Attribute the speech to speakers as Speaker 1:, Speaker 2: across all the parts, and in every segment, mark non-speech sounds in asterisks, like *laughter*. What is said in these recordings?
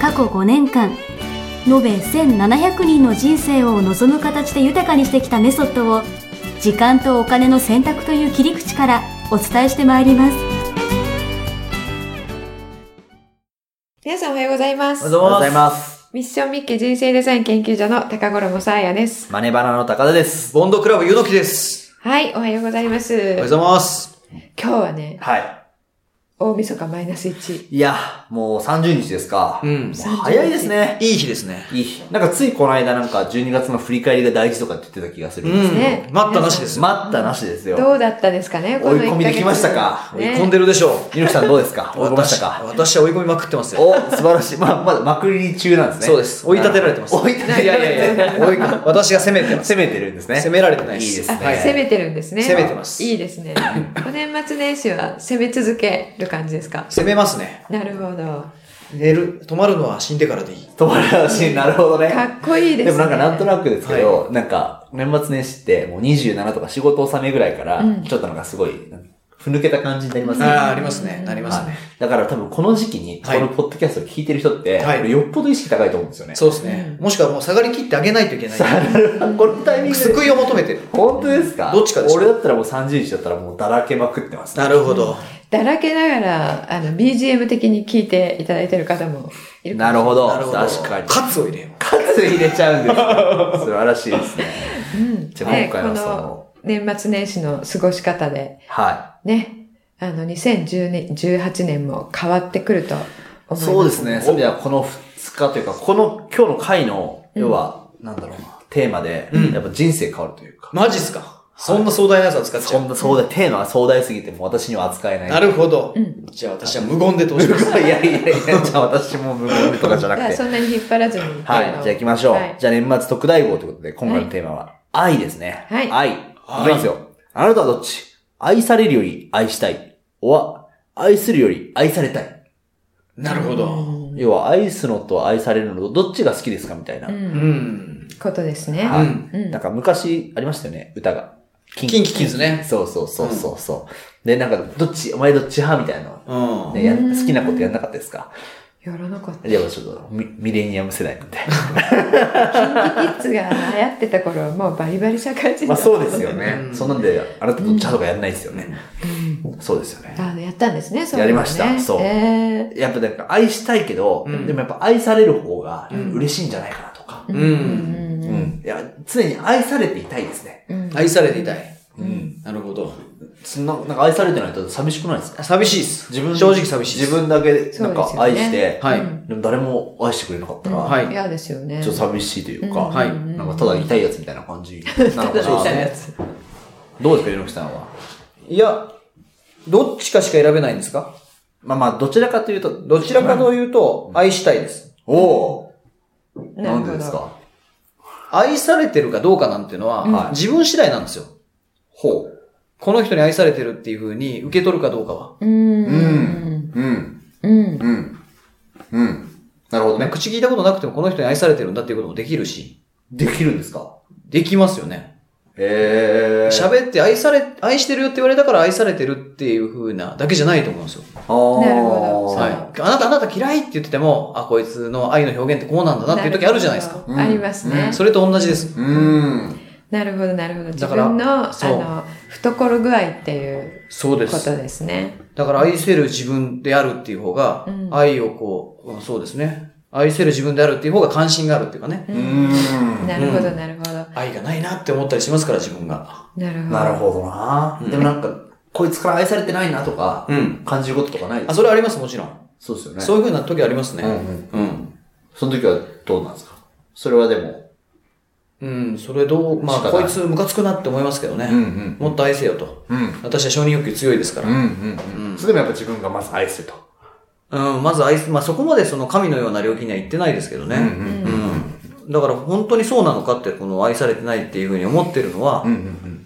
Speaker 1: 過去5年間延べ1700人の人生を望む形で豊かにしてきたメソッドを時間とお金の選択という切り口からお伝えしてまいります
Speaker 2: 皆さんおはようございます。
Speaker 3: おはようございます。
Speaker 2: ミッションミッケ人生デザイン研究所の高頃もさあやです。
Speaker 3: マネバナの高田です。
Speaker 4: ボンドクラブゆのきです。
Speaker 2: はい、おはようございます。
Speaker 4: おはよ
Speaker 2: 今
Speaker 4: うございます。
Speaker 2: 日はね、
Speaker 3: は
Speaker 2: 大晦日マイナス1。
Speaker 3: い。いや、もう30日ですか。も
Speaker 4: ん
Speaker 3: う早いですね。
Speaker 4: いい日ですね。
Speaker 3: いい日。なんかついこの間なんか12月の振り返りが大事とかって言ってた気がするんですけ
Speaker 2: ね
Speaker 4: うん。待ったなしです
Speaker 3: ど。
Speaker 4: よ。
Speaker 3: 待ったなしですよ。
Speaker 2: どうだったですかね
Speaker 3: 追い込みできましたか
Speaker 4: 追い
Speaker 2: ね
Speaker 4: 込んでるでしょう。
Speaker 3: ゆるきさんどうです
Speaker 4: *laughs*
Speaker 3: か追い込みましたか
Speaker 4: 私私は追い込みまくってますよ。
Speaker 3: お、素晴らしい。まあ、まだまくり中なんですね。
Speaker 4: そうです追い立てられてます
Speaker 3: 追い立てられて
Speaker 4: いやいやいや、追い込み私が攻めてます。
Speaker 3: 攻めてるんですね。
Speaker 4: 攻められてないです
Speaker 3: いいです
Speaker 2: あ
Speaker 3: ね。
Speaker 2: 攻めてるんですね。
Speaker 4: 攻めてます
Speaker 2: いいですね。お年末年始は攻め続ける感じですか
Speaker 4: 攻めますね。
Speaker 2: なるほど。
Speaker 4: 寝る、止まるのは死んでからでいい。
Speaker 3: 止まらなし、なるほどね。
Speaker 2: かっこいいですね。
Speaker 3: でもなんかなんとなくですけど、なんか年末年始ってもう27とか仕事納めぐらいから
Speaker 2: うん、
Speaker 3: ちょっとなんかすごい、ふぬけた感じになりますね。
Speaker 4: ああ、ありますね。なります
Speaker 3: はい
Speaker 4: ね。
Speaker 3: だから多分この時期に、こ
Speaker 4: はい
Speaker 3: のポッドキャストを聞いてる人って、
Speaker 4: はい
Speaker 3: これよっぽど意識高いと思うんですよね。
Speaker 4: そうですね。もしくはもう下がりきってあげないといけない。
Speaker 3: このタイミングで。
Speaker 4: 救いを求めてる。
Speaker 3: 本当ですか
Speaker 4: どっちかでしょ
Speaker 3: 俺だったらもう30日だったらもうだらけまくってます、ね。
Speaker 4: なるほど。
Speaker 2: だらけながら、あの、BGM 的に聞いていただいてる方もいるかも
Speaker 3: なるほど。
Speaker 4: なるほど。
Speaker 3: 確かに。
Speaker 4: カツを入れよう。
Speaker 3: カツ入れちゃうんですね素晴らしいですね。
Speaker 2: うん
Speaker 3: じゃあ
Speaker 2: ね
Speaker 3: 今回はその
Speaker 2: この年末年始の過ごし方で、
Speaker 3: は
Speaker 2: ね、あの、2018年も変わってくると思い
Speaker 3: い。
Speaker 2: ます。
Speaker 3: そうですね。それではこの2日というか、この今日の回の、要は、なんだろうな、テーマで、
Speaker 4: うん
Speaker 3: やっぱ人生変わるというか。
Speaker 4: マジっすかそんな壮大なやつは使っち
Speaker 3: そ
Speaker 4: ゃ
Speaker 3: ん
Speaker 4: う。
Speaker 3: な壮大、テーマが壮大すぎてもう私には扱えない。*laughs*
Speaker 4: なるほど
Speaker 2: うん。
Speaker 4: じゃあ私は無言で通します。
Speaker 3: いやいやいや、じゃあ私も無言とかじゃな
Speaker 2: じゃ
Speaker 3: く
Speaker 2: あ
Speaker 3: て。
Speaker 2: そんなに引っ張らずに。
Speaker 3: はい。じゃあ行きましょう。
Speaker 2: はい
Speaker 3: じゃあ年末特大号ということで、今回のテーマは、愛ですね。
Speaker 2: はい
Speaker 3: 愛。いきますよ。あなたはどっち愛されるより愛したい。おは、愛するより愛されたい。
Speaker 4: なるほど。
Speaker 3: 要は、愛すのと愛されるのとどっちが好きですかみたいな。
Speaker 2: う。
Speaker 4: うんん。
Speaker 2: ことですね。
Speaker 3: はい
Speaker 4: うん
Speaker 2: うん
Speaker 3: なんか昔ありましたよね、歌が。キ
Speaker 4: キンキキッズね
Speaker 3: そうそうそうそうそう。で、なんか、どっち、お前どっち派みたいな。
Speaker 4: うん。
Speaker 3: ね、や
Speaker 2: うん
Speaker 3: 好きなことやんなかったですか
Speaker 2: やらなかった。キンキ
Speaker 3: いや、ちょっとミ、ミレニアム世代なんで。
Speaker 2: キッズが流行ってた頃はもうバリバリ社会人だ
Speaker 3: まあ
Speaker 2: った
Speaker 3: そうですよね。
Speaker 4: うん
Speaker 3: そんなんで、あなたどっち派とかやんないですよね。そうですよね。
Speaker 2: あの、やったんですね、そう
Speaker 3: やりましたそう
Speaker 2: え
Speaker 3: やっぱなんか愛したいけど、
Speaker 4: うん
Speaker 3: でもやっぱ愛される方が嬉しいんじゃないかなとか。
Speaker 2: ー
Speaker 4: うん
Speaker 3: うん。
Speaker 2: うん
Speaker 3: いや、常に愛されていたいですね。
Speaker 2: うん
Speaker 4: 愛されていたい。
Speaker 3: うん。
Speaker 4: なるほど。
Speaker 3: そんな、なんか愛されてないと寂しくないですか
Speaker 4: 寂しいっす。
Speaker 3: 自分、
Speaker 4: 正直寂しいっす。
Speaker 3: 自分だけ、なんか
Speaker 2: そう
Speaker 3: 愛
Speaker 2: ですよね
Speaker 3: して、
Speaker 4: はい
Speaker 2: うん
Speaker 3: でも誰も愛してくれなかったら、
Speaker 2: うん
Speaker 4: はい
Speaker 2: 嫌ですよね。
Speaker 3: ちょっと寂しいというか、
Speaker 2: はい
Speaker 3: なんかただ痛いやつみたいな感じなのか
Speaker 4: そうで
Speaker 3: な
Speaker 4: す。ね
Speaker 2: つ。
Speaker 3: どうですか、猪木さんは。
Speaker 4: いや、どっちかしか選べないんですか
Speaker 3: まあまあ、どちらかというと、
Speaker 4: どちらかというと、愛したいです。
Speaker 3: おおー
Speaker 2: な
Speaker 3: な
Speaker 2: る
Speaker 3: ん
Speaker 2: ほ
Speaker 3: で
Speaker 2: ど
Speaker 3: ですか
Speaker 4: 愛されてるかどうかなんてのは、
Speaker 3: うん
Speaker 4: 自分次第なんですよ。
Speaker 3: ほう。
Speaker 4: この人に愛されてるっていう風に受け取るかどうかは。
Speaker 2: うー
Speaker 3: うんん。。うん。
Speaker 2: うん。
Speaker 3: うん。うん。なるほどね。
Speaker 4: 口聞いたことなくてもこの人に愛されてるんだっていうこともできるし、
Speaker 3: できるんですか
Speaker 4: できますよね。
Speaker 3: へえ。
Speaker 4: 喋って愛され、愛してるよって言われたから愛されてるっていう風なだけじゃないと思うんですよ。
Speaker 3: あー
Speaker 2: なるほど
Speaker 4: はい。あなた、あなた嫌いって言ってても、あ、こいつの愛の表現ってこうなんだなっていう時あるじゃないですか。
Speaker 2: るほどありますね。
Speaker 4: それと同じです。
Speaker 3: うん。
Speaker 2: なるほど、なるほど。自
Speaker 4: だから
Speaker 2: 分の、あ
Speaker 4: そう
Speaker 2: の、懐具合っていう
Speaker 4: そう
Speaker 2: こ
Speaker 4: で
Speaker 2: とですね。
Speaker 4: だから愛せる自分であるっていう方が
Speaker 2: うん、
Speaker 4: 愛をこう、うんそうですね。愛せる自分であるっていう方が関心があるっていうかね。
Speaker 2: う
Speaker 3: うんん。
Speaker 2: なるほど、
Speaker 4: う
Speaker 2: なるほど。
Speaker 4: 愛がないなって思ったりしますから、自分が。
Speaker 2: なるほど。
Speaker 3: なるほどな
Speaker 4: う。ん
Speaker 3: でもなんか、こいつから愛されてないなとか
Speaker 4: う、ん。
Speaker 3: 感じることとかない
Speaker 4: あ、それあります、もちろん。
Speaker 3: そうですよね。
Speaker 4: そういう風な時あります
Speaker 3: うん
Speaker 4: ね。うん。
Speaker 3: その時はどうなんですかそれはでも。
Speaker 4: うん、それどう、まあ、
Speaker 3: 仕方
Speaker 4: こ
Speaker 3: ない
Speaker 4: いつムカつくなって思いますけど
Speaker 3: うんう
Speaker 4: ね。
Speaker 3: ん。
Speaker 4: もっと愛せよと。
Speaker 3: うん。
Speaker 4: 私は承認欲求強いですか
Speaker 3: うん
Speaker 4: ら。
Speaker 3: うんうん。それでもやっぱ自分がまず愛すると。
Speaker 4: うん、まず愛す、まあ、そこまでその神のような領域には行ってないですけどね。
Speaker 3: うんうん
Speaker 4: うんだから本当にそうなのかって、この愛されてないっていうふうに思ってるのは、
Speaker 3: うんうんうん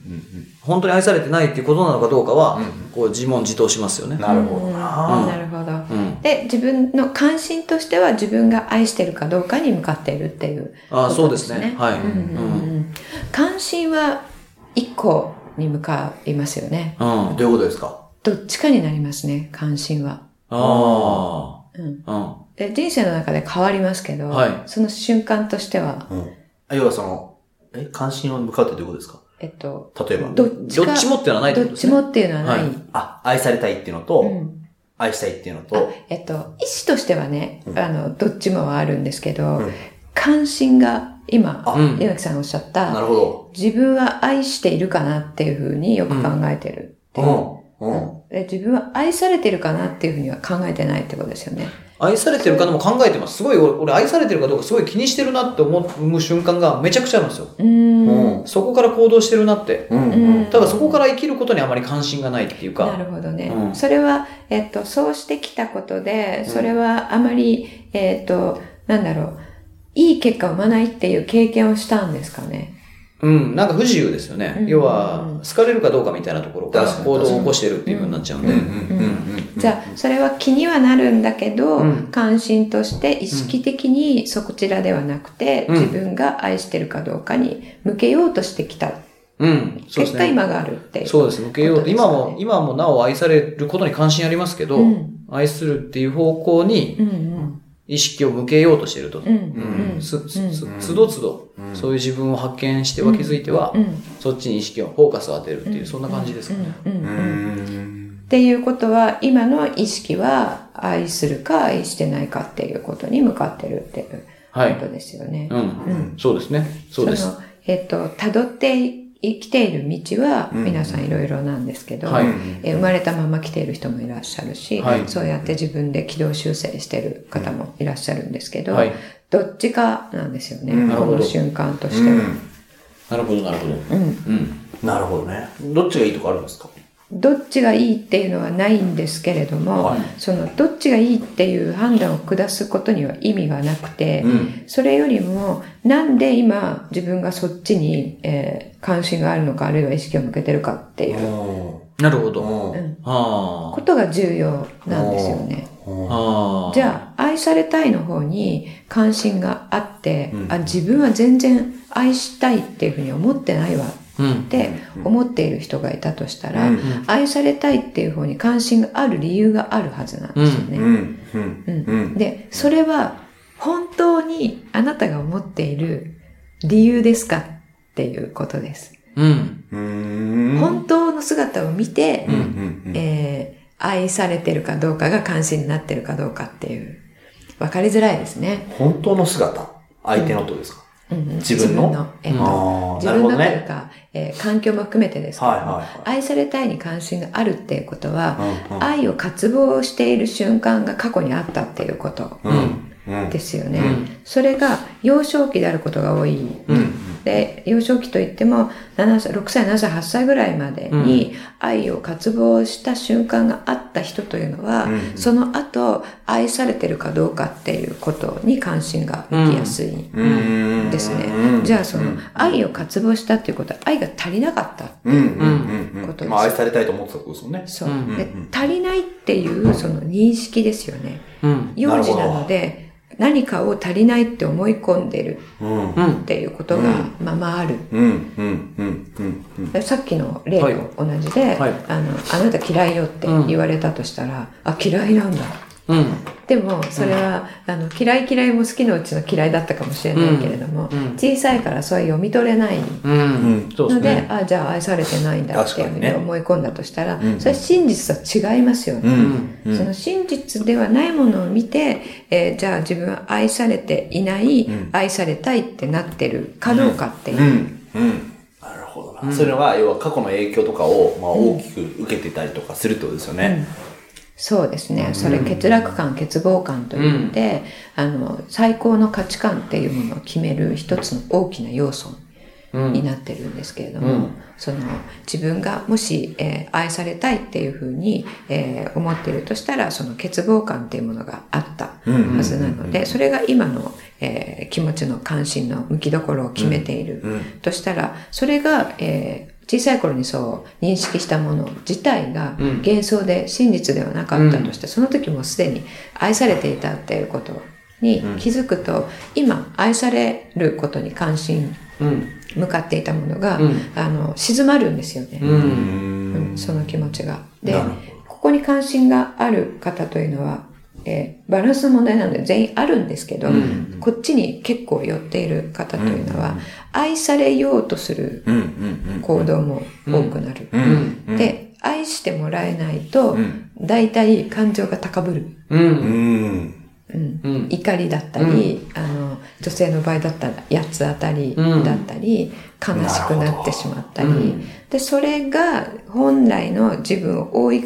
Speaker 4: 本当に愛されてないっていうことなのかどうかは、
Speaker 3: うん
Speaker 4: こう自問自答しますよ
Speaker 3: うん。
Speaker 4: ね。
Speaker 3: なるほど
Speaker 2: うん
Speaker 3: な。
Speaker 2: なるほど。
Speaker 4: うん。
Speaker 2: で、自分の関心としては自分が愛してるかどうかに向かっているっていう。
Speaker 4: ああ、
Speaker 2: そ
Speaker 4: そうう
Speaker 2: で
Speaker 4: ですす
Speaker 2: ね
Speaker 4: ね。はい。
Speaker 2: うん
Speaker 4: う
Speaker 2: うん
Speaker 4: ん。
Speaker 2: うん関心は一個に向かいますよね。
Speaker 4: うん。あ
Speaker 3: どういうことですか
Speaker 2: どっちかになりますね、関心は。
Speaker 4: あ
Speaker 2: うん、
Speaker 4: ー。うん。
Speaker 2: で人生の中で変わりますけど、
Speaker 4: はい
Speaker 2: その瞬間としては、
Speaker 3: うん。要はその、え、関心を向かうってどういうことですか
Speaker 2: えっと、
Speaker 3: 例えば。
Speaker 2: どっち
Speaker 4: ど
Speaker 2: か
Speaker 4: っちもってのはないって
Speaker 2: ど
Speaker 4: こ
Speaker 2: っ
Speaker 4: と
Speaker 2: ち
Speaker 4: ですね。
Speaker 2: もっていうのはない。
Speaker 4: は
Speaker 3: あ、愛されたいっていうのと、
Speaker 2: うん
Speaker 3: 愛したいっていうの
Speaker 2: あ
Speaker 3: と、
Speaker 2: えっと、意思としてはね、
Speaker 3: うん
Speaker 2: あの、どっちもはあるんですけど、
Speaker 3: うん
Speaker 2: 関心が今、
Speaker 3: あ
Speaker 4: うん。
Speaker 2: 岩木さんがおっしゃっ
Speaker 3: な
Speaker 2: た、
Speaker 3: るほど。
Speaker 2: 自分は愛しているかなっていうふうによく考えてるっていう
Speaker 3: うん。うん。
Speaker 2: で自分は愛されてるかなっていうふうには考えてないってことですよね。
Speaker 4: 愛されてるかでも考えてます。すごい、俺、俺愛されてるかどうかすごい気にしてるなって思う瞬間がめちゃくちゃあるんですよ。
Speaker 2: うーん
Speaker 3: うん。
Speaker 4: そこから行動してるなって。
Speaker 3: うん。
Speaker 2: うん
Speaker 4: ただそこから生きることにあまり関心がないっていう
Speaker 2: な
Speaker 4: か。
Speaker 2: るほどね。
Speaker 4: うん
Speaker 2: それは、えっと、そうしてきたことで、それはあまり、えっと、なんだろう、いい結果を生まないっていう経験をしたんですかね。
Speaker 4: うん。なんか不自由ですよね。
Speaker 2: うん
Speaker 4: 要は、好かれるかどうかみたいなところから
Speaker 3: 確かに
Speaker 4: 行動を起こしてるっていうふうになっちゃうんで。
Speaker 3: うんうん
Speaker 2: じゃあ、それは気にはなるんだけど、
Speaker 4: うん
Speaker 2: 関心として意識的にそちらではなくて、
Speaker 4: うん
Speaker 2: 自分が愛してるかどうかに向けようとしてきた。
Speaker 4: うん。そうで
Speaker 2: 結
Speaker 4: す
Speaker 2: 果
Speaker 4: ね。
Speaker 2: 今があるっていう。
Speaker 4: そうです。受けよ
Speaker 2: こと
Speaker 4: うと。
Speaker 2: ですか
Speaker 4: 今
Speaker 2: ね
Speaker 4: も、今もなお愛されることに関心ありますけど、
Speaker 2: うん
Speaker 4: 愛するっていう方向に
Speaker 2: うんうん。
Speaker 4: 意識を向けようとしてると。
Speaker 2: うん
Speaker 4: うん。す、
Speaker 2: うん
Speaker 4: す、す、つどつど、
Speaker 3: うん
Speaker 4: そういう自分を発見しては気づいては、
Speaker 2: うん
Speaker 4: そっちに意識を、フォーカスを当てるっていう、そんな感じですかね。
Speaker 2: うんうん
Speaker 3: う
Speaker 2: うん
Speaker 3: ん。
Speaker 2: っていうことは今の意識は愛するか愛してないかっていうことに向かってるっていう
Speaker 4: は
Speaker 2: こ
Speaker 4: い。
Speaker 2: とですよね。
Speaker 4: うん。
Speaker 2: うん
Speaker 4: そうですね。そうです。
Speaker 2: のえっ、と辿って生きている道は
Speaker 3: うん
Speaker 2: 皆さんいろいろなんですけど、
Speaker 4: はい
Speaker 2: えー生まれたまま来ている人もいらっしゃるし、
Speaker 4: はい
Speaker 2: そうやって自分で軌道修正してる方もいらっしゃるんですけど、
Speaker 4: はい。
Speaker 2: どっちかなんですよね、
Speaker 3: うん
Speaker 4: なる
Speaker 2: こ
Speaker 4: ほど
Speaker 2: の瞬間としては。
Speaker 4: なるほど、なるほど。
Speaker 2: うん
Speaker 4: うん。
Speaker 3: なるほどね。どっちがいいとかあるんですか
Speaker 2: どっちがいいっていうのはないんですけれども、
Speaker 3: はい
Speaker 2: そのどっちがいいっていう判断を下すことには意味がなくて、
Speaker 3: ん。
Speaker 2: それよりもなんで今自分がそっちに、えー関心があるのかあるいは意識を向けてるかっていう
Speaker 4: なるほ
Speaker 3: う
Speaker 4: ど。
Speaker 3: ん
Speaker 2: う。ん
Speaker 4: は
Speaker 2: ことが重要なんですよね。
Speaker 4: あ。はあ。
Speaker 2: じゃあ愛されたいの方に関心があって、
Speaker 3: うん
Speaker 2: あ自分は全然愛したいっていうふうに思ってないわっ
Speaker 4: うん。
Speaker 2: て思っている人がいたとしたら、
Speaker 3: うん
Speaker 2: 愛されたいっていう方に関心がある理由があるはずなんですよね。
Speaker 3: うん。うん。
Speaker 2: うん
Speaker 3: うん。
Speaker 2: で、それは本当にあなたが思っている理由ですかっていうことです。
Speaker 4: うん。
Speaker 3: うん。
Speaker 2: 本当の姿を見て、
Speaker 3: うん。うん。
Speaker 2: えー愛されてるかどうかが関心になってるかどうかっていう。わかりづらいですね。
Speaker 3: 本当の姿。相手のとですか
Speaker 2: うんうん
Speaker 3: 自分の
Speaker 2: えっと
Speaker 4: うん
Speaker 3: ああ、
Speaker 2: 自
Speaker 3: なるほ
Speaker 2: 分の
Speaker 3: ど
Speaker 2: という
Speaker 3: ね。
Speaker 2: か、えー環境も含めてですけども、
Speaker 3: はいはい
Speaker 2: 愛されたいに関心があるっていうことは、
Speaker 3: は
Speaker 2: 愛を渇望している瞬間が過去にあったっていうこと
Speaker 3: い。うん。うん。
Speaker 2: ですよね。
Speaker 4: うん
Speaker 2: それが幼少期であることが多い。
Speaker 4: うん。
Speaker 2: で、幼少期といっても、7歳6歳、7歳、8歳ぐらいまでに愛を渇望した瞬間があった人というのは、
Speaker 3: うん
Speaker 2: その後、愛されてるかどうかっていうことに関心が向きやすい。
Speaker 3: うん。
Speaker 2: ですね。じゃあその愛を渇望したっていうことは愛が足りなかった。
Speaker 3: うん。うん。
Speaker 2: ことで
Speaker 3: う
Speaker 2: す
Speaker 3: ん。まあ、愛されたいと思ってたってことですもんね。
Speaker 2: そう
Speaker 4: うんうんう。ん
Speaker 2: で足りないっていうその認識ですよね。
Speaker 4: うん。
Speaker 2: 幼児なので何かを足りないって思い込んでる
Speaker 3: うん。
Speaker 4: うん
Speaker 2: っ。ていうことが、まあまあある。
Speaker 3: うん。うん。うん。うん。うん。
Speaker 2: さっきの例と同じで、
Speaker 4: はい
Speaker 2: あの、あなた嫌いよって言われたとしたら、あ、嫌いなんだ。
Speaker 4: うん。
Speaker 2: でも、それは、あの、嫌い嫌いも好きのうちの嫌いだったかもしれないけれども、
Speaker 4: うんうん
Speaker 2: 小さいからそれは読み取れない
Speaker 4: うん。そうで
Speaker 2: の
Speaker 4: す
Speaker 2: で、
Speaker 4: ね。
Speaker 2: あ、じゃあ愛されてないんだっていうふうに
Speaker 3: 確かにね
Speaker 2: 思い込んだとしたら、
Speaker 3: うん
Speaker 2: それは真実とは違いますよね。
Speaker 3: うん。うん。
Speaker 2: その真実ではないものを見て、えーじゃあ自分は愛されていない、
Speaker 3: ん
Speaker 2: 愛されたいってなってるかどうかっていう。
Speaker 3: うん。うん。なるほどな。そういうのは、要は過去の影響とかを、まあ、大きく受けてたりとかするってことですよね。
Speaker 2: そうですね。それ欠落感、欠乏感といって、あの、最高の価値観っていうものを決める一つの大きな要素
Speaker 4: うん
Speaker 2: になってるんですけれども、
Speaker 3: うん
Speaker 2: その自分がもし、えー愛されたいっていうふうに、えー思っているとしたらその欠乏感っていうものがあったはずなのでそれが今の、えー気持ちの関心の向きどころを決めているとしたらそれが、えー小さい頃にそう認識したもの自体が
Speaker 4: うん
Speaker 2: 幻想で真実ではなかったとして、その時もうすでに愛されていたっていうことに気づくと、今愛されることに関心
Speaker 4: うん。
Speaker 2: 向かっていたものが、
Speaker 4: うん
Speaker 2: あの静まるんですよね、
Speaker 4: う。
Speaker 3: うんん。
Speaker 2: うんその気持ちが。で
Speaker 3: なるほど
Speaker 2: ここに関心がある方というのは、えーバランスの問題なので全員あるんですけど、
Speaker 4: ん
Speaker 2: こっちに結構寄っている方というのは、愛されようとする
Speaker 3: うんうん
Speaker 2: 行動も多くなる。
Speaker 3: うん。うん。うん、
Speaker 2: で愛してもらえないと、
Speaker 3: ん
Speaker 2: 大体感情が高ぶる、
Speaker 3: う
Speaker 4: う。
Speaker 3: んん。
Speaker 2: うん
Speaker 4: うん。
Speaker 2: 怒りだったり、あの女性の場合だったら八つ当たり
Speaker 4: うん
Speaker 2: だったり、悲しくなってしまったり、
Speaker 4: うん
Speaker 2: でそれが本来の自分を覆い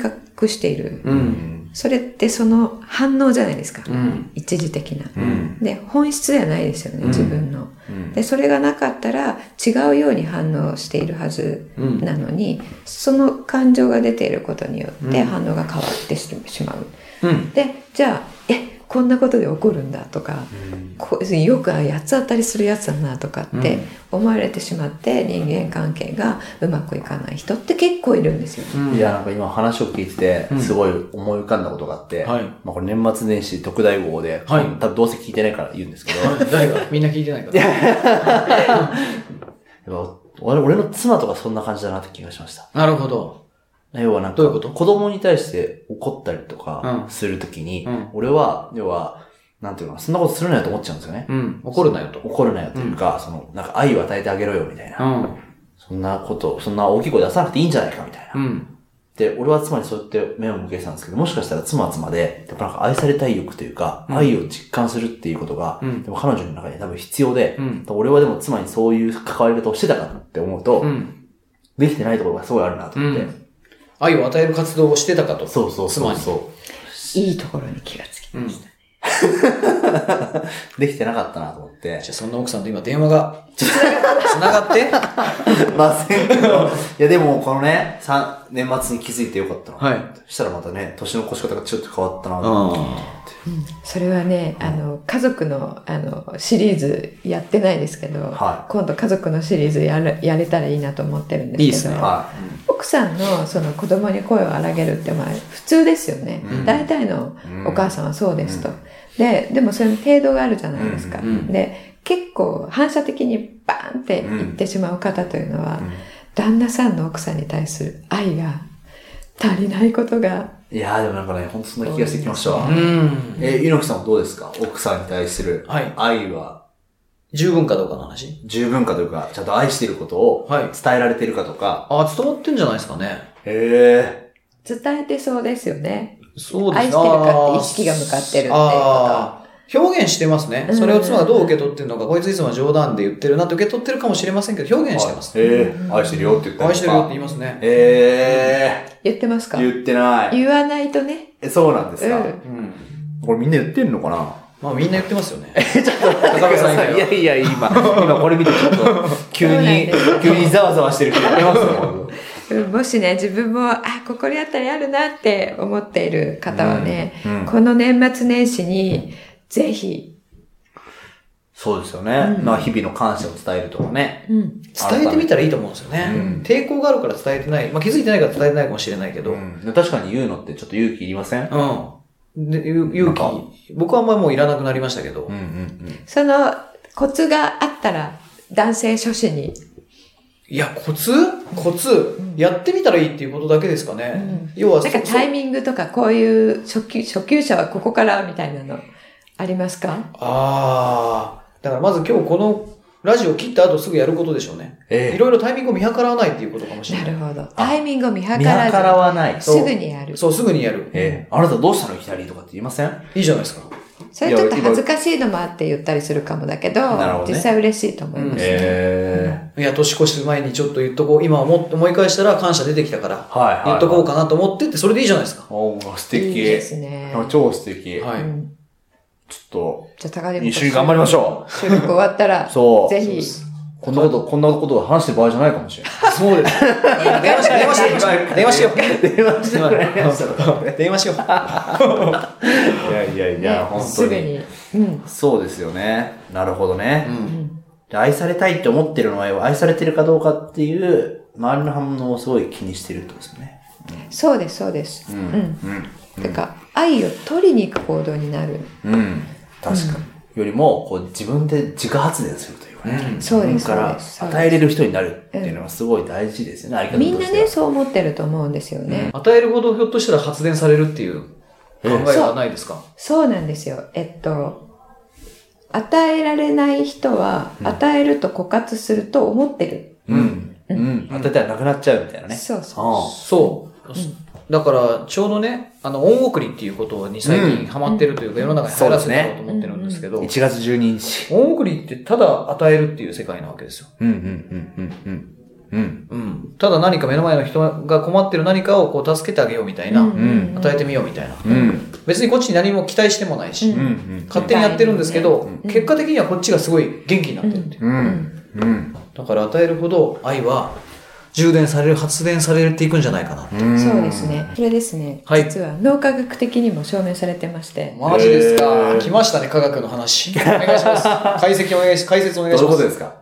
Speaker 2: 隠している、
Speaker 4: うん。
Speaker 2: それってその反応じゃないですか、
Speaker 4: うん。
Speaker 2: 一時的な、
Speaker 3: ん
Speaker 2: で本質ではないですよね、自分の。
Speaker 3: うん
Speaker 2: でそれがなかったら違うように反応しているはず
Speaker 4: うん
Speaker 2: なのに、その感情が出ていることによって
Speaker 4: うん
Speaker 2: 反応が変わってしまう。
Speaker 4: うん。
Speaker 2: でじゃあえこんなことで起こるんだとか、こうよくあ八つ当たりするやつだなとかって思われてしまって人間関係がうまくいかない人って結構いるんですよ。
Speaker 4: うん
Speaker 3: いや、なんか今話を聞いて
Speaker 4: う
Speaker 3: て、
Speaker 4: ん
Speaker 3: すごい思い浮かんだことがあって、
Speaker 4: はい
Speaker 3: まあこれ年末年始特大号で、
Speaker 4: はい
Speaker 3: 多分どうせ聞いてないから言うんですけど、
Speaker 4: 誰がみんな聞いてないから。
Speaker 3: やっぱ俺俺の妻とかそんな感じだなって気がしました。
Speaker 4: なるほど。
Speaker 3: 要はなんか、
Speaker 4: どういうこと
Speaker 3: 子供に対して怒ったりとか
Speaker 4: うん
Speaker 3: するときに、
Speaker 4: うん
Speaker 3: 俺は、要は、なんていうのかな、そんなことするなよと思っちゃうんですよね。
Speaker 4: うん。怒るなよと。
Speaker 3: 怒るなよというか、その、なんか愛を与えてあげろよみたいな。
Speaker 4: ん。
Speaker 3: そんなこと、そんな大きい声出さなくていいんじゃないかみたいな。
Speaker 4: うん。
Speaker 3: で、俺は妻にそうやって目を向けてたんですけど、もしかしたら妻は妻で、やっぱなんか愛されたい欲というか、
Speaker 4: うん
Speaker 3: 愛を実感するっていうことが、
Speaker 4: うん
Speaker 3: でも彼女の中に多分必要で、
Speaker 4: うん
Speaker 3: 俺はでも妻にそういう関わり方をしてたかって思うと、
Speaker 4: うん。
Speaker 3: できてないところがすごいあるなと思って。
Speaker 4: うん愛を与える活動をしてたかと。
Speaker 3: そうそうそう
Speaker 4: 妻に。
Speaker 3: そ
Speaker 2: いいところに気がつき
Speaker 4: うん。
Speaker 2: ま
Speaker 4: じ
Speaker 2: し
Speaker 4: ゃ
Speaker 3: う。できてなかったなと思って
Speaker 4: あ。そんな奥さんと今電話が、つながって
Speaker 3: *laughs* ませんけど。いやでも、このね、さ年末に気づいてよかったの。
Speaker 4: *laughs* はい
Speaker 3: そしたらまたね、年の越し方がちょっと変わったなと思って
Speaker 4: あ
Speaker 2: た、それはねあの家族のあのシリーズやってないですけど、
Speaker 3: は
Speaker 2: 今度家族のシリーズやるやれたらいいなと思ってるんですけど
Speaker 4: いいですね
Speaker 3: は
Speaker 2: 奥さんのその子供に声を荒げるってまあ普通ですよね、
Speaker 3: うん
Speaker 2: 大体のお母さんはそうですと、ででもそれの程度があるじゃないですか、
Speaker 3: うん
Speaker 2: で結構反射的にバーンっていってしまう方というのは、
Speaker 3: ん
Speaker 2: 旦那さんの奥さんに対する愛が足りないことが
Speaker 3: い。いやーでもなんかね、ほんとそんな気がしてきましたわ。
Speaker 4: あ。うん。
Speaker 3: え、猪木さんはどうですか奥さんに対する
Speaker 4: はい
Speaker 3: 愛は
Speaker 4: 十分かどうかの話
Speaker 3: 十分かというか、ちゃんと愛していることを
Speaker 4: はい
Speaker 3: 伝えられているかとか。
Speaker 4: あ、伝わってんじゃないですかね。
Speaker 3: へ
Speaker 2: 伝えてそうですよね
Speaker 4: そうです
Speaker 2: 愛してるかって意識が向かってるっていうこと
Speaker 4: あー表現してますね。
Speaker 2: うん
Speaker 4: それを妻がどう受け取ってるのか、こいついつも冗談で言ってるなって受け取ってるかもしれませんけど、表
Speaker 3: え。
Speaker 4: 現してます。
Speaker 3: へえ。愛してるよって言ったり
Speaker 4: 愛してるよって言い
Speaker 3: ま
Speaker 4: ますね。
Speaker 3: へえ。
Speaker 2: 言ってますか
Speaker 3: 言ってない。
Speaker 2: 言わないとね
Speaker 3: え、そうなんですか
Speaker 2: うん
Speaker 4: うん。
Speaker 3: これみんな言ってんのかな
Speaker 4: まあみんな言ってますよね。
Speaker 3: 高
Speaker 4: 高
Speaker 3: 部
Speaker 4: 部
Speaker 3: さ
Speaker 4: さ
Speaker 3: んい
Speaker 4: ん以外は
Speaker 3: やいや、
Speaker 4: *laughs*
Speaker 3: 今、今これ見てちょっと、急
Speaker 2: そうなん
Speaker 3: に
Speaker 2: で、
Speaker 3: 急にざわざわしてるけど、やめますよ本
Speaker 2: うんもしね自分もあ心当たりあるなって思っている方はね、
Speaker 3: うんうん
Speaker 2: この年末年始にぜひ、
Speaker 3: そうですよね。まあ、日々の感謝を伝えるとかね。
Speaker 2: うん、
Speaker 4: 伝えてみたらいいと思うんですよね。
Speaker 3: うん
Speaker 4: 抵抗があるから伝えてない。まあ気づいてないから伝えてないかもしれないけど。
Speaker 3: う
Speaker 4: うん。
Speaker 3: んで確かに言うのってちょっと勇気いりません
Speaker 4: でゆ勇
Speaker 3: な
Speaker 4: 気。僕はあんまりもういらなくなりましたけど。
Speaker 3: うんうん
Speaker 2: そのコツがあったら男性諸子に、
Speaker 4: いや、コツコツ、やってみたらいいっていうことだけですかね。
Speaker 2: うん
Speaker 4: 要は
Speaker 2: なんか
Speaker 4: そ
Speaker 2: タイミングとかこういう初級初級者はここからみたいなのありますか
Speaker 4: ああ。だからまず今日このラジオ切った後すぐやることでしょうね。
Speaker 3: ええ
Speaker 4: いろいろタイミングを見計らわないっていうことかもしれ
Speaker 2: な
Speaker 4: ない。
Speaker 2: るほどタイミングを見計
Speaker 3: うん。見計
Speaker 2: らず
Speaker 3: らわない。
Speaker 2: すぐにやるそ
Speaker 4: そう、すぐにやる。
Speaker 3: ええあなたどうしたのいきなりとかって言いません
Speaker 4: いいじゃないですか。
Speaker 2: れちょっと恥ずかしいのもあって言ったりするかもだけど
Speaker 3: なるほどね
Speaker 2: 実際嬉しいと思います、
Speaker 3: え
Speaker 4: いや、年越し前にちょっと言っとこう。今思っ思い返したら感謝出てきたから、
Speaker 3: はいはいはい
Speaker 4: 言っとこうかなと思ってって、それでいいじゃないですか。
Speaker 3: えおお素敵。
Speaker 2: いいですね
Speaker 3: あ超素敵。
Speaker 4: はい。
Speaker 2: うん
Speaker 3: ちょっと、
Speaker 2: じゃあ高木
Speaker 3: 一緒に頑張りましょ
Speaker 2: う。収録終わったら、
Speaker 3: *laughs* そう
Speaker 2: ぜひ、
Speaker 3: そうこんなこと、こんなことを話してる場合じゃないかもしれない。
Speaker 4: そうです。電話しよう、電話しよう。電話しよ
Speaker 3: 電 *laughs*
Speaker 4: う。
Speaker 3: 話してもらいました
Speaker 4: *laughs* 電話しよう。
Speaker 3: いやいやいや、本当
Speaker 2: すぐ
Speaker 3: に。
Speaker 2: に。うん。
Speaker 3: そうですよね。なるほどね。
Speaker 4: うん
Speaker 3: で愛されたいって思ってるのは、愛されてるかどうかっていう、周りの反応をすごい気にしてるってことですよね。
Speaker 2: そうです、そうです。
Speaker 3: う
Speaker 2: うん。
Speaker 3: ん。
Speaker 2: てか、愛を取りに行く行動になる。
Speaker 3: うん。うん。確かに。よりも、こう、自分で自家発電するというかね。
Speaker 4: うん
Speaker 2: そうです
Speaker 3: 自
Speaker 2: そ
Speaker 3: 分か
Speaker 2: う
Speaker 3: ら
Speaker 2: です
Speaker 3: 与えれる人になるっていうのはすごい大事ですよね、あり
Speaker 2: みんなね、そう思ってると思うんですよね。
Speaker 4: 与えるほどひょっとしたら発電されるっていう考えはないですか
Speaker 2: そうなんですよ。えっと、与えられない人は、与えると枯渇すると思ってる。
Speaker 3: うん。うん。当てたらなくなっちゃうみたいなね。
Speaker 2: そうそう
Speaker 3: あ
Speaker 4: そう。だから、ちょうどね、あの、恩送りっていうことに最近ハマってるというか、世の中に入らせてやろうと思ってるんですけ
Speaker 3: あ
Speaker 4: ど、
Speaker 3: 1月12日。
Speaker 4: 恩送りってただ与えるっていう世界なわけですよ。
Speaker 3: うんうんうんうんうん。
Speaker 4: うん。ただ何か目の前の人が困ってる何かをこう助けてあげようみたいな、
Speaker 2: うん
Speaker 3: うん
Speaker 4: 与えてみようみたいな。
Speaker 3: うん。うん
Speaker 4: 別にこっちに何も期待してもないし、
Speaker 2: うん
Speaker 3: うん。
Speaker 4: 勝手にやってるんですけど、
Speaker 2: ん
Speaker 4: 結果的にはこっちがすごい元気になってるっていう。
Speaker 3: うん。うん。
Speaker 4: だから与えるほど愛は充電される、発電されていくんじゃないかな。
Speaker 3: うん
Speaker 2: そうですね。これですね。
Speaker 4: はい
Speaker 2: 実は脳科学的にも証明されてまして。
Speaker 4: マジですか
Speaker 3: へ。ー
Speaker 4: 来ましたね、科学の話。お願い
Speaker 3: *laughs*
Speaker 4: します。解析お願いし、解説お願いし
Speaker 3: どういう
Speaker 4: ま
Speaker 3: こと
Speaker 4: す。
Speaker 3: ですか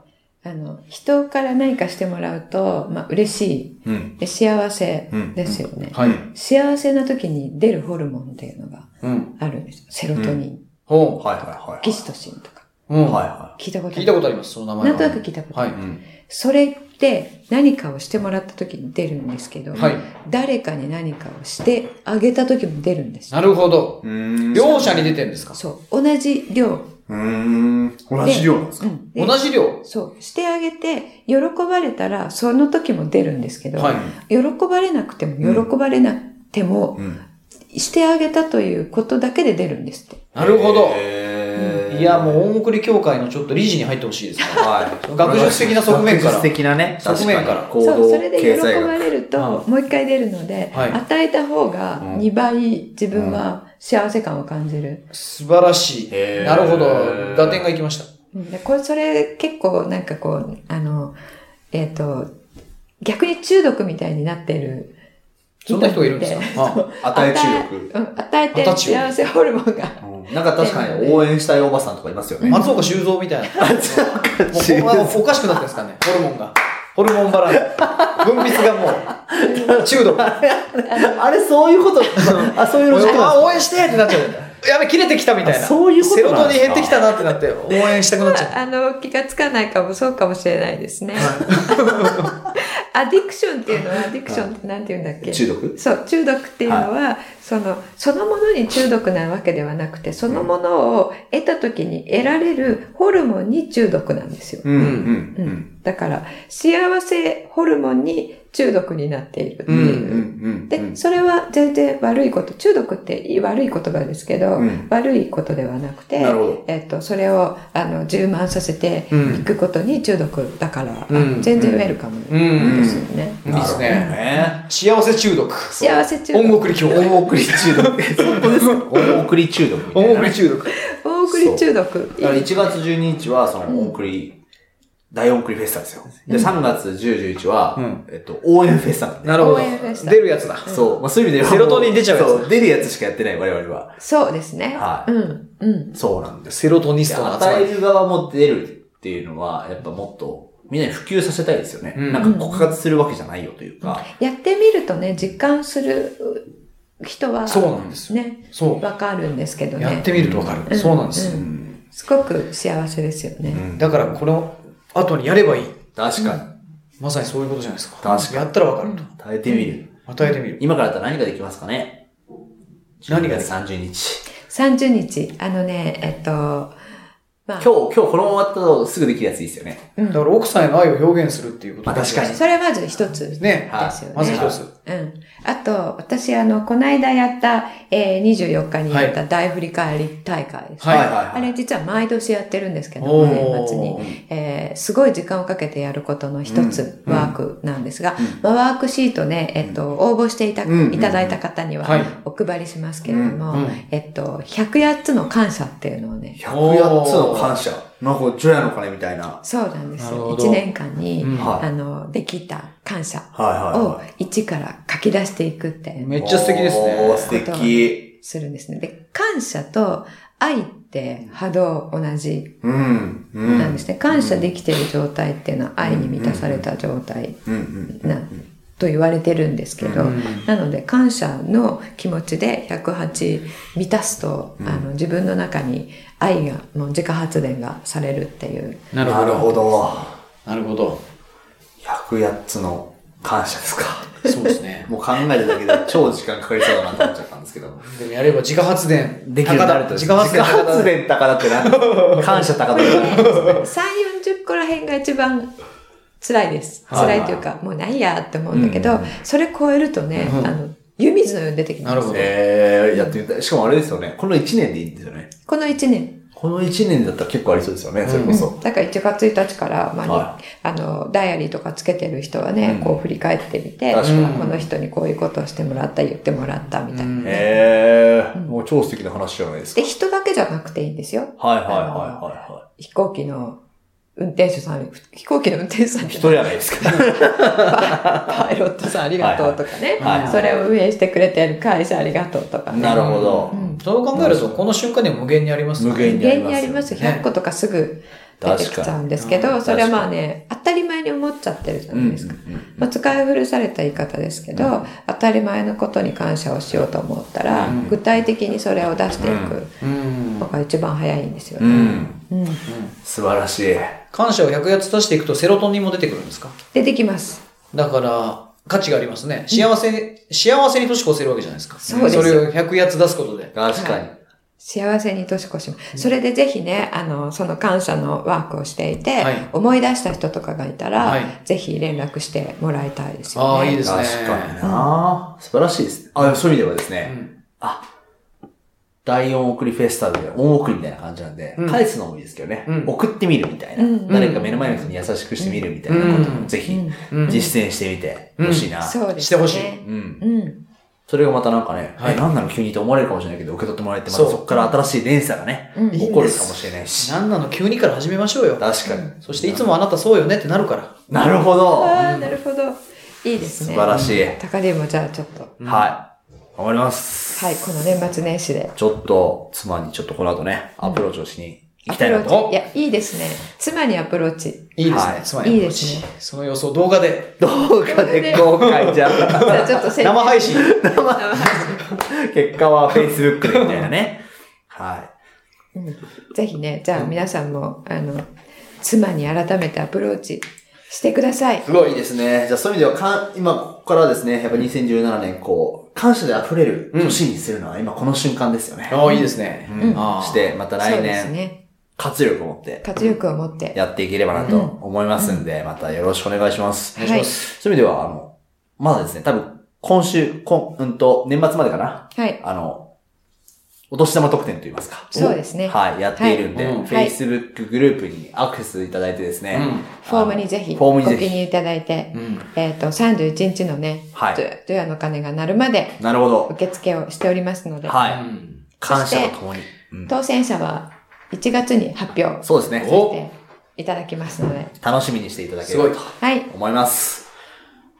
Speaker 2: あの、人から何かしてもらうと、まあ、嬉し
Speaker 3: うん。
Speaker 2: い。で幸せですよね。
Speaker 4: はい。
Speaker 2: 幸せな時に出るホルモンっていうのが
Speaker 4: うん。
Speaker 2: あるんですよ。セロトニン、
Speaker 4: ほ
Speaker 3: はいはいはい。
Speaker 2: キシトシンとか。
Speaker 4: う。うん。
Speaker 3: はいは
Speaker 2: 聞いたことあ
Speaker 4: 聞
Speaker 2: る
Speaker 4: いたことあります、その名前
Speaker 2: なんとなく聞いたことあ
Speaker 4: は
Speaker 2: る
Speaker 4: い
Speaker 3: い。。うん。
Speaker 2: それって何かをしてもらった時に出るんですけど、
Speaker 4: はい。
Speaker 2: 誰かに何かをしてあげた時も出るんですよ。
Speaker 4: なるほど。
Speaker 3: うん。
Speaker 4: 両者に出てるんですか
Speaker 2: そう。同じ量。
Speaker 3: うん。同じ量なんです
Speaker 2: う
Speaker 3: か
Speaker 2: ん、で
Speaker 4: 同じ量。
Speaker 2: そう。してあげて、喜ばれたら、その時も出るんですけど、
Speaker 4: はい。
Speaker 2: 喜ばれなくても、喜ばれなくても、
Speaker 3: ん。
Speaker 2: してあげたということだけで出るんですって。
Speaker 4: なるほど。
Speaker 3: へー
Speaker 4: いや、もう、大送り協会のちょっと理事に入ってほしいですね。
Speaker 3: はい。
Speaker 4: 学術的な側面から
Speaker 3: 学術的なね、
Speaker 4: 側面から
Speaker 3: 確に行
Speaker 2: そう、それ
Speaker 3: 動
Speaker 2: で
Speaker 3: 経
Speaker 2: 喜
Speaker 3: 済
Speaker 2: ば
Speaker 3: 学。
Speaker 2: れると、もう一回出るので、
Speaker 4: はい
Speaker 2: 与えた方が
Speaker 3: うん
Speaker 2: 2倍自分は幸せ感を感じる。
Speaker 4: 素晴らしい
Speaker 3: へー。
Speaker 4: なるほど。打点がいきました。
Speaker 2: うんでこれ、それ結構なんかこう、あの、えっ、と、逆に中毒みたいになってる。
Speaker 4: そんな人がいるんですかあ
Speaker 3: 与え中毒。
Speaker 2: うん与えて
Speaker 4: 与え中毒
Speaker 2: 幸せホルモンが。
Speaker 3: うんなんか確かに応援したいおばさんとかいますよね。
Speaker 4: 松岡修造みたいな。松岡
Speaker 3: 修造
Speaker 4: おかしくなってますからね、ホルモンが。ホルモンバランス。分泌がもう、中毒。
Speaker 3: あれ、そういう *laughs* こと、あ、そういうロジック
Speaker 4: あ、
Speaker 3: なん
Speaker 4: 応援してってなっちゃうんだよやべ、切れてきたみたいな。
Speaker 3: あそういうこと
Speaker 4: セ
Speaker 3: な
Speaker 4: ロ
Speaker 3: んですか
Speaker 4: トニン減ってきたなってなって、応援したくなっちゃう。
Speaker 2: あの、気がつかないかも、そうかもしれないですね。 *laughs* アディクションっていうのは、アディクションってなんて言うんだっけ
Speaker 3: 中毒
Speaker 2: そう、中毒っていうのは、その、そのものに中毒なわけではなくて、そのものを得た時に得られるホルモンに中毒なんですよ。
Speaker 3: うん、う、
Speaker 2: うんんだから、幸せホルモンに中毒になっているって
Speaker 3: うん。うん、う
Speaker 2: いう。
Speaker 3: ん、う
Speaker 2: で、
Speaker 3: ん。
Speaker 2: それは全然悪いこと、中毒っていい悪い言葉ですけど、
Speaker 3: うん
Speaker 2: 悪いことではなくて
Speaker 3: なるほど、
Speaker 2: えっと、それをあの充満させていくことに中毒だから、
Speaker 4: うん
Speaker 2: 全然ウェルカム
Speaker 4: うん
Speaker 2: ですよね。
Speaker 4: いいです
Speaker 3: なるほど
Speaker 4: ね。
Speaker 3: ね。
Speaker 4: 幸せ中毒。
Speaker 2: 幸せ中
Speaker 4: 音
Speaker 2: 毒。
Speaker 4: 送り協会。
Speaker 3: 大送り中
Speaker 4: *laughs*
Speaker 3: 毒。本当ですか大送り中毒みたいな。
Speaker 4: 音送り中毒。
Speaker 2: 大送り中毒。
Speaker 3: だから1月12日は、その、大送り、大大送りフェスタですよ。で、3月10、11は、
Speaker 4: うん
Speaker 3: えっと、応援フェスタなんで。
Speaker 4: なるほど
Speaker 2: 応援フェス。タ
Speaker 4: 出るやつだ。
Speaker 3: そう。まあ、そういう意味では
Speaker 4: セロトニン出ちゃうやつ
Speaker 3: そう、出るやつしかやってない、我々は。
Speaker 2: そうですね。
Speaker 3: はい
Speaker 2: うん。うん。
Speaker 3: そうなんです。
Speaker 4: セロトニストの集ま
Speaker 3: 与え
Speaker 4: り。
Speaker 3: る側も出るっていうのは、やっぱもっと、みんなに普及させたいですよね。
Speaker 4: うん
Speaker 3: なんか枯渇するわけじゃないよというか。
Speaker 2: やってみるとね、実感する人は、
Speaker 4: そうなんですよ。
Speaker 2: ね、
Speaker 4: そ
Speaker 2: わかるんですけど
Speaker 4: う。や
Speaker 2: ね
Speaker 4: って。みるとわかる。そうなんですよ
Speaker 2: う
Speaker 3: うんん。
Speaker 2: すごく幸せですよね。
Speaker 4: だから、この後にやればいい。
Speaker 3: 確かに。
Speaker 4: まさにそういうことじゃないですか。
Speaker 3: 確かに
Speaker 4: やったらわかると。
Speaker 3: 耐えてみる。
Speaker 4: 与えてみる。
Speaker 3: 今からだったら何ができますかね
Speaker 4: 何ができ
Speaker 3: ?30 日。
Speaker 2: 30日、あのね、えっと、まあ、
Speaker 3: 今日、今日このまま終わったとすぐできるやついいですよね。
Speaker 4: だから、奥さんへの愛を表現するっていうこと
Speaker 3: まあ確かに。
Speaker 2: それはまず一つですよね。
Speaker 4: ね。
Speaker 3: はい
Speaker 4: まず一つ。
Speaker 2: うん。あと、私、あの、この間やった、えー、24日にやった大振り返り大会ですね。
Speaker 4: はいはい
Speaker 3: はい
Speaker 2: あれ実は毎年やってるんですけど、
Speaker 4: おー
Speaker 2: 年末に、えーすごい時間をかけてやることの一つ、
Speaker 3: うん
Speaker 2: ワークなんですが、まあ、ワークシートね、えっと、応募していた,、
Speaker 3: うん
Speaker 2: いただいた方には
Speaker 4: はい
Speaker 2: お配りしますけれども、
Speaker 4: うんうん
Speaker 2: えっと、108つの感謝っていうのをね、
Speaker 3: 108つの感謝。なんか、除夜の鐘みたいな。
Speaker 2: そうなんです
Speaker 4: なる
Speaker 2: よ。
Speaker 4: ほど
Speaker 2: 1年間に、
Speaker 4: うん
Speaker 3: はい
Speaker 2: あの、できた感謝
Speaker 3: はいはい
Speaker 2: を
Speaker 3: は
Speaker 2: 一から書き出していくって
Speaker 4: め
Speaker 3: い。
Speaker 4: っちゃ素敵です
Speaker 3: おー
Speaker 4: ね。
Speaker 3: 素敵。
Speaker 2: するんですね。で、感謝と愛って波動同じ
Speaker 3: うん。うん。
Speaker 2: なんですね。感謝できてる状態っていうのは愛に満たされた状態
Speaker 3: うんうん。
Speaker 2: な、と言われてるんですけど、なので感謝の気持ちで108満たすと、あの自分の中に愛が、もう自家発電がされるっていう。
Speaker 4: なる
Speaker 3: な
Speaker 4: ほ
Speaker 3: る
Speaker 4: ど。
Speaker 3: ほど。
Speaker 4: なるほど。
Speaker 3: 108つの感謝
Speaker 4: *laughs*
Speaker 3: ですか。
Speaker 4: そうですね。
Speaker 3: もう考えただけで超時間かかりそうだなと思っちゃったんですけど。
Speaker 4: でもやれば自家発電。
Speaker 3: できるようになると。
Speaker 4: 自家発電。
Speaker 3: 自家発電高田って何 *laughs* 感謝高田って何
Speaker 2: 3、40個ら辺が一番辛いです。辛いというか、もうないやって思うんだけど、それ超えるとね、あの、湯水のように出てきます。
Speaker 4: なるほど。
Speaker 3: えー、やってみたい。しかもあれですよね。この1年でいいんですよね。
Speaker 2: この1年。
Speaker 3: この1年だったら結構ありそうですよね、それこそ。
Speaker 2: だから1月1日から、まあに
Speaker 3: は
Speaker 2: あの、ダイアリーとかつけてる人はね、こう振り返ってみて、
Speaker 3: 確か
Speaker 4: に
Speaker 2: この人にこういうことをしてもらった、言ってもらったみたいな。
Speaker 3: えー、もう超素敵な話じゃないですか
Speaker 2: で、。人だけじゃなくていいんですよ。
Speaker 3: はいはいはいはいは
Speaker 2: 飛行機の運転手さん、飛行機の運転手さん
Speaker 3: い。
Speaker 2: じ
Speaker 3: 一
Speaker 2: ゃない
Speaker 3: 人じゃないですか。
Speaker 2: パイロットさんありがとうとかね
Speaker 3: はいはい。
Speaker 2: それを運営してくれてる会社ありがとうとかね。
Speaker 3: *laughs* なるほど。
Speaker 4: そう考えると、この瞬間には無限にありますね
Speaker 3: 無限
Speaker 2: 無限にありますよ。
Speaker 4: ね
Speaker 2: 100個とかすぐ出てきちゃうんですけ
Speaker 3: 確か
Speaker 2: ど、
Speaker 3: に
Speaker 2: それはまあね、当たり前に思っちゃってるじゃないですか。まあ、使い古された言い方ですけど、当たり前のことに感謝をしようと思ったら、具体的にそれを出していく
Speaker 4: うん。
Speaker 2: のが一番早いんですよ
Speaker 3: う
Speaker 2: ね。
Speaker 3: ん。
Speaker 2: うん
Speaker 3: 素晴らしい。
Speaker 4: 感謝を100やつ足していくとセロトニンも出てくるんですか
Speaker 2: 出てきます。
Speaker 4: だから、価値がありますね。幸せに、幸せに年越せるわけじゃないですか。
Speaker 2: そうです
Speaker 4: それを100やつ出すことで。
Speaker 3: 確かに。
Speaker 2: 幸せに年越します。それでぜひね、あの、その感謝のワークをしていて、
Speaker 4: はい
Speaker 2: 思い出した人とかがいたら、
Speaker 4: はい
Speaker 2: ぜひ連絡してもらいたいですよね。
Speaker 4: ああ、いいですね。
Speaker 3: 確かにな素晴らしいですね。あ、そういう意味ではですね、
Speaker 4: うん
Speaker 3: あ、第4送りフェスタで大送りみたいな感じなんで、
Speaker 4: ん
Speaker 3: 返すのもいいですけどね、
Speaker 4: うん
Speaker 3: 送ってみるみたいな、
Speaker 2: うん
Speaker 3: 誰か目の前の人に優しくしてみるみたいなこともぜひ
Speaker 4: うん
Speaker 3: 実践してみてほしいな、
Speaker 2: そうですね。
Speaker 4: してほしい
Speaker 3: うん。
Speaker 2: うん。
Speaker 3: それがまたなんかね、
Speaker 4: はい
Speaker 3: え、なんなの急にと思われるかもしれないけど、受け取ってもらえて、また
Speaker 4: そう
Speaker 3: そこから新しい連鎖がね、
Speaker 2: うん
Speaker 3: 起こるかもしれないし。
Speaker 4: なんなの急にから始めましょうよ。
Speaker 3: 確かに。
Speaker 4: そしていつもあなたそうよねってなるから。
Speaker 3: なるほど。
Speaker 2: ああ、なるほど。いいです
Speaker 3: 素
Speaker 2: ね。
Speaker 3: 晴らしい。
Speaker 2: 高でもじゃあちょっと、は
Speaker 3: はい。頑張ります。
Speaker 2: い、この年末年始で。
Speaker 3: ちょっと、妻にちょっとこの後ね、アプローチをしに行きたいな
Speaker 2: アプロー
Speaker 3: と
Speaker 2: チ。い。や、いいですね。妻にアプローチ。
Speaker 4: いいです
Speaker 3: は
Speaker 4: ね。
Speaker 3: い
Speaker 4: つまり、
Speaker 2: いいですね
Speaker 4: その様子を動画で、
Speaker 3: 動画で公開じゃん。
Speaker 2: じゃあちょっと
Speaker 4: 生配信。
Speaker 3: 結果は Facebook でみたいなね。は
Speaker 2: 信。ぜひね、じゃあ皆さんも、あの、妻に改めてアプローチしてください
Speaker 3: い。。すごいですね。じゃあそういう意味ではかん、今ここからですね、やっぱ2017年こう、感謝で溢れる年にするのは今この瞬間ですよね。
Speaker 4: ああ、いいですね。
Speaker 3: うん
Speaker 4: ああ
Speaker 3: して、また
Speaker 2: そ
Speaker 3: 来
Speaker 2: うです
Speaker 3: 年、
Speaker 2: ね。
Speaker 3: 活力を持って
Speaker 2: 活力を持って。
Speaker 3: やっていければなと思いますんで、またよろしくお願いします。
Speaker 2: はい
Speaker 3: そういう意味では、あの、まだですね、多分、今週、こん、うんと、年末までかな。
Speaker 2: はい。
Speaker 3: あの、お年玉特典といいますか。
Speaker 2: そうですね
Speaker 3: はい、やっているんで、
Speaker 4: はいうん
Speaker 3: Facebook グループにアクセスいただいてですね。
Speaker 4: うん
Speaker 2: フォームにぜひ
Speaker 3: フォ
Speaker 2: ご
Speaker 3: ームに
Speaker 2: 記
Speaker 3: ぜひ
Speaker 2: 入いただいて、
Speaker 4: うん
Speaker 2: えっ、と、31日のね、
Speaker 3: はい
Speaker 2: ドゥドゥアの鐘が鳴るまで
Speaker 3: なるほど。
Speaker 2: 受付をしておりますので、
Speaker 3: は
Speaker 4: う
Speaker 3: い。
Speaker 4: ん
Speaker 3: 感謝とともに。うん
Speaker 2: 当選者は1月に発表
Speaker 3: そうですね。
Speaker 2: していただきますので、
Speaker 3: 楽しみにしていただければ
Speaker 4: す
Speaker 3: と
Speaker 2: はい。
Speaker 3: 思います。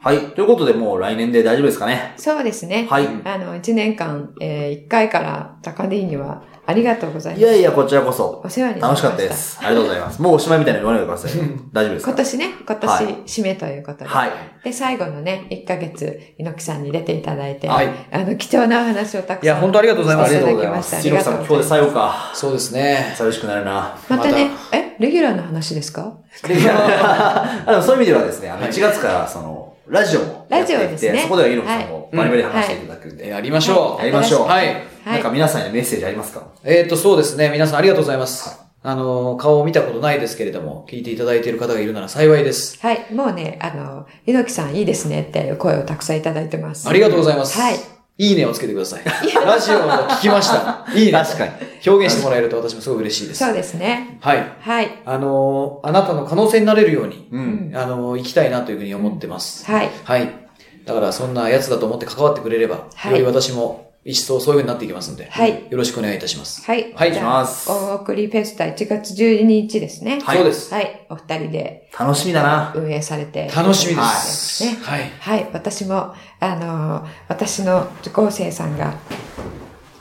Speaker 3: はい。ということで、もう来年で大丈夫ですかね。
Speaker 2: そうですね。
Speaker 3: はい。
Speaker 2: あの、1年間、え1回から高 D にはありがとうござい
Speaker 3: い
Speaker 2: ます。
Speaker 3: やいや、こちらこそ
Speaker 2: お。世話になり
Speaker 3: 楽
Speaker 2: ま
Speaker 3: し
Speaker 2: した。
Speaker 3: かったで。す。ありがとうございます。もうおしまいみたいなの言わないでください。大丈夫ですか
Speaker 2: 今年ね、今年、
Speaker 3: はい
Speaker 2: 締めということで。
Speaker 3: はい。
Speaker 2: で、最後のね、1ヶ月、猪木さんに出ていただいて、
Speaker 4: はい
Speaker 2: あの、貴重なお話をたくさん。
Speaker 4: いや本当ありがとうございます
Speaker 2: してただきました。あり
Speaker 3: ひろ
Speaker 2: が
Speaker 3: き
Speaker 2: とう
Speaker 3: さ、
Speaker 2: んござい
Speaker 3: 今
Speaker 2: ます
Speaker 3: 日で最後か。
Speaker 4: そうですね。
Speaker 3: 寂しくなるな。
Speaker 2: またね、え、レギュラーの話ですか
Speaker 3: で *laughs* あのそういう意味ではですね、あの
Speaker 4: はい
Speaker 3: 1月からその、ラジオもやっていて
Speaker 2: ラジオですね
Speaker 3: そこではイロさんも
Speaker 4: はい
Speaker 3: バリバリ話していただくんで、
Speaker 4: やりましょう。
Speaker 3: やりましょう。
Speaker 4: はい。
Speaker 2: はい
Speaker 3: なんか皆さんにメッセージありますか
Speaker 4: えっ、と、そうですね。皆さんありがとうございます。あの、顔を見たことないですけれども、聞いていただいている方がいるなら幸いです。
Speaker 2: はい、もうね、あの、猪木さんいいですねっていう声をたくさんいただいてます。
Speaker 4: ありがとうございます。
Speaker 2: はい。
Speaker 4: いいねをつけてください。ラジオを聞きました。いいね。
Speaker 3: 確かに。
Speaker 4: 表現してもらえると私もすごい嬉しいです。
Speaker 2: そうですね。
Speaker 4: はい。
Speaker 2: はい。
Speaker 4: あの、あなたの可能性になれるように、
Speaker 3: うん。
Speaker 4: あの、行きたいなというふうに思ってます。
Speaker 2: はい。
Speaker 4: はい。だからそんなやつだと思って関わってくれれば、
Speaker 2: はい
Speaker 4: より私も一層そういう風になっていきますんで、
Speaker 2: はい
Speaker 4: よろしくお願いいたします。
Speaker 2: はい。
Speaker 4: はい
Speaker 2: じゃ
Speaker 3: お願い
Speaker 2: あ
Speaker 3: します
Speaker 2: 大送りフェスタ1月12日ですね。
Speaker 4: はいそうです
Speaker 2: はい。お二人で
Speaker 3: 楽しみだな。
Speaker 2: 運営されて。
Speaker 4: 楽しみで
Speaker 3: はい
Speaker 4: す。
Speaker 2: ね
Speaker 4: はい。
Speaker 2: はい。私も、あのー私の受講生さんが、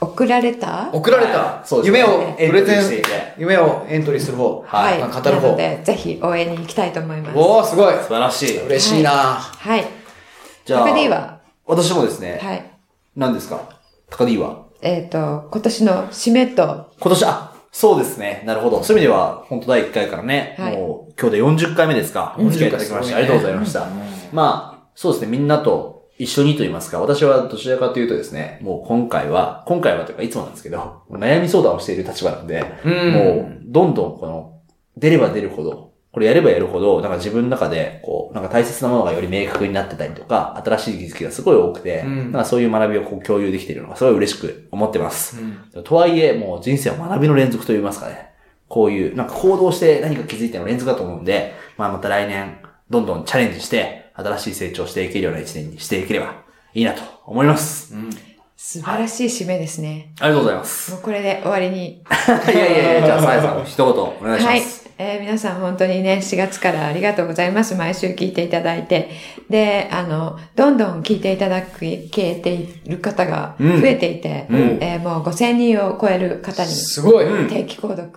Speaker 2: 送られた
Speaker 4: 送られ
Speaker 3: は
Speaker 4: た
Speaker 3: いそう、ですね
Speaker 4: 夢をプ
Speaker 3: エントリ
Speaker 4: レ
Speaker 3: ー
Speaker 4: ゼ
Speaker 3: してい
Speaker 4: ン
Speaker 3: て、
Speaker 4: 夢をエントリーする方、
Speaker 3: は
Speaker 2: はい。
Speaker 3: い
Speaker 4: あ語
Speaker 2: な
Speaker 4: る
Speaker 2: の
Speaker 4: 方。
Speaker 2: で、ぜひ応援に行きたいと思います。
Speaker 4: おー、すごい
Speaker 3: 素晴らしい。
Speaker 4: 嬉しいな
Speaker 2: はい。
Speaker 3: じゃあ、
Speaker 2: 高 D は
Speaker 3: 私もですね、
Speaker 2: はい。
Speaker 3: 何ですか高 D は
Speaker 2: えっ、と、今年の締めと、
Speaker 3: 今年、あ、そうですね。なるほど。そういう意味では、本当第1回からね、
Speaker 2: はい
Speaker 3: もう今日で40回目ですか。お付き合いいただきまして、ありがとうございました。まあ、そうですね、みんなと一緒にと言いますか、私はどちらかというとですね、もう今回は、今回はというかいつもなんですけど、悩み相談をしている立場なんで、
Speaker 4: うん
Speaker 3: もう、どんどんこの、出れば出るほど、これやればやるほど、なんか自分の中で、こう、なんか大切なものがより明確になってたりとか、新しい気づきがすごい多くて、
Speaker 4: うん
Speaker 3: なんかそういう学びをこう共有できているのがすごい嬉しく思ってます。
Speaker 4: うん
Speaker 3: とはいえ、もう人生は学びの連続と言いますかね。こういう、なんか行動して何か気づいての連続だと思うんで、まあまた来年、どんどんチャレンジして、新しい成長していけるような一年にしていければいいなと思います。
Speaker 4: うん
Speaker 2: 素晴らしい締めですね。
Speaker 3: ありがとうございます。
Speaker 2: もうこれで終わりに。
Speaker 3: *laughs* いやいやいや、じゃあ、さやさ *laughs* ん、一言お願いし
Speaker 2: は
Speaker 3: ま
Speaker 2: い
Speaker 3: す。。
Speaker 2: えー皆さん本当にね、4月からありがとうございます。毎週聞いていただいて。で、あの、どんどん聞いていただく、聞いている方が
Speaker 3: うん
Speaker 2: 増えていて、
Speaker 3: うん
Speaker 2: えーもう5000人を超える方に
Speaker 4: すごい。
Speaker 3: うん
Speaker 2: 定期購読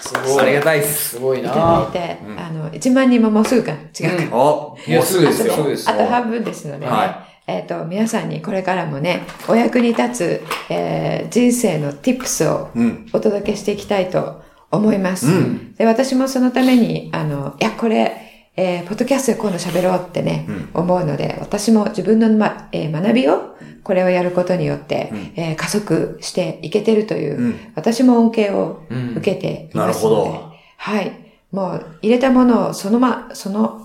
Speaker 4: すごい。
Speaker 3: ありがたいっす
Speaker 4: すごい
Speaker 2: いただ
Speaker 4: ない
Speaker 2: て、あの、1万人ももうすぐか、違うか。
Speaker 3: お、もうすぐですよ。
Speaker 4: そうです
Speaker 2: あと半分ですのでね、
Speaker 3: は
Speaker 2: えっ、と、皆さんにこれからもね、お役に立つ、えー人生の tips を
Speaker 3: うん。
Speaker 2: お届けしていきたいと思います。
Speaker 3: うん
Speaker 2: で、私もそのために、あの、いや、これ、えーポッドキャストで今度喋ろうってね、思うので、私も自分の、まえー学びを、これをやることによって、えー加速していけてるという、
Speaker 3: うん
Speaker 2: 私も恩恵を
Speaker 4: うん
Speaker 2: 受けていますので、
Speaker 3: なるほど
Speaker 2: はい。もう、入れたものをそのま、その、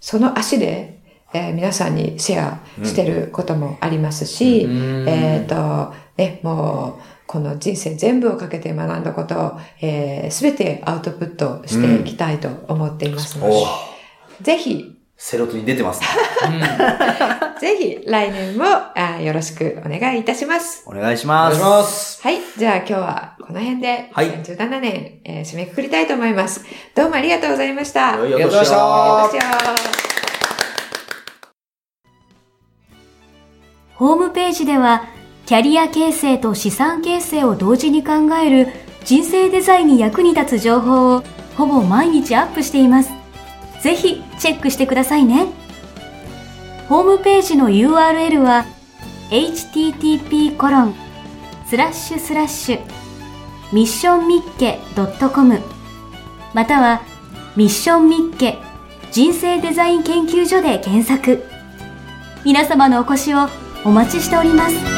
Speaker 2: その足で、えー皆さんにシェアしてることもありますし、
Speaker 4: うん
Speaker 2: えっ、と、ね、もう、この人生全部をかけて学んだことを、えす、べてアウトプットしていきたいと思っていますので、
Speaker 3: お
Speaker 2: ぜひ、
Speaker 3: セロトニン出てますね。
Speaker 2: ぜひ来年もあーよろしくお願いいたします。
Speaker 3: お願いします。。
Speaker 4: お願いします
Speaker 2: はい。じゃあ今日はこの辺で、
Speaker 3: はい
Speaker 2: 2017年、えー締めくくりたいと思います。どうもありがとうございました。
Speaker 3: よい
Speaker 4: ありが
Speaker 3: お
Speaker 4: とうございま
Speaker 3: 年
Speaker 4: し
Speaker 3: を。
Speaker 4: た
Speaker 2: よいしょ
Speaker 1: ホームページでは、キャリア形成と資産形成を同時に考える人生デザインに役に立つ情報をほぼ毎日アップしています。ぜひチェックしてくださいね。ホームページの URL は http コロンスラッシュスラッシュミッションミッケ .com またはミッションミッケ人生デザイン研究所で検索。皆様のお越しをお待ちしております。